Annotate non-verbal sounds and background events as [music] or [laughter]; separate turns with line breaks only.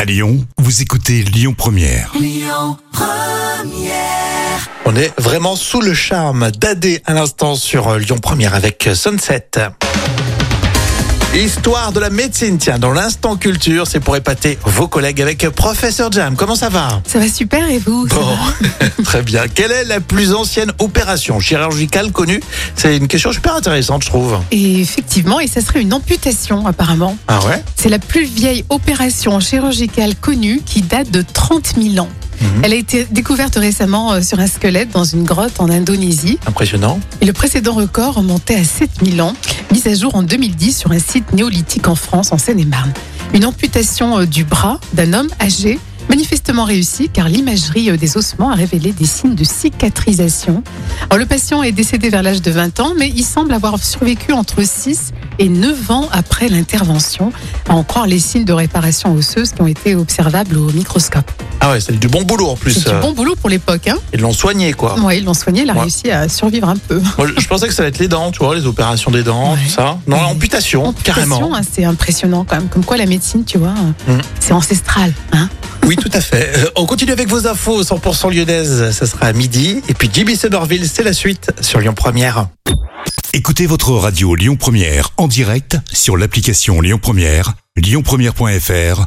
À Lyon, vous écoutez Lyon Première.
On est vraiment sous le charme d'AD à l'instant sur euh, Lyon Première avec Sunset. Histoire de la médecine, tiens, dans l'instant culture, c'est pour épater vos collègues avec euh, Professeur Jam. Comment ça va
Ça va super et vous
[laughs]
ça
Bon, [laughs]
va
très bien. Quelle est la plus ancienne opération chirurgicale connue C'est une question super intéressante, je trouve.
Et effectivement, et ça serait une amputation apparemment.
Ah ouais
C'est la plus vieille opération chirurgicale connue qui date de 30 000 ans. Elle a été découverte récemment euh, sur un squelette dans une grotte en Indonésie.
Impressionnant.
Et le précédent record remontait à 7000 ans, mis à jour en 2010 sur un site néolithique en France, en Seine-et-Marne. Une amputation euh, du bras d'un homme âgé, manifestement réussie car l'imagerie euh, des ossements a révélé des signes de cicatrisation. Alors, le patient est décédé vers l'âge de 20 ans, mais il semble avoir survécu entre 6 et 9 ans après l'intervention, à en croire les signes de réparation osseuse qui ont été observables au microscope.
Ah ouais, c'est du bon boulot en plus.
C'est du
euh,
bon boulot pour l'époque, hein
Ils l'ont soigné, quoi.
Ouais, ils l'ont soigné, il a
Ah. Ouais.
réussi à survivre un peu.
Moi, je- je pensais que ça allait être les dents, tu vois, les opérations des dents,
Ouais.
tout ça. Non,
Ouais.
amputation, carrément.
Amputation, hein, c'est impressionnant quand même. Comme quoi la médecine, tu vois, euh,
Mm.
c'est ancestral. Hein
Oui, tout à fait. Euh, on continue avec vos infos 100% lyonnaises. Ça sera à midi. Et puis Jimmy Somerville, c'est la suite sur Lyon Première.
Écoutez votre radio Lyon Première en direct sur l'application Lyon Première, lyonpremière.fr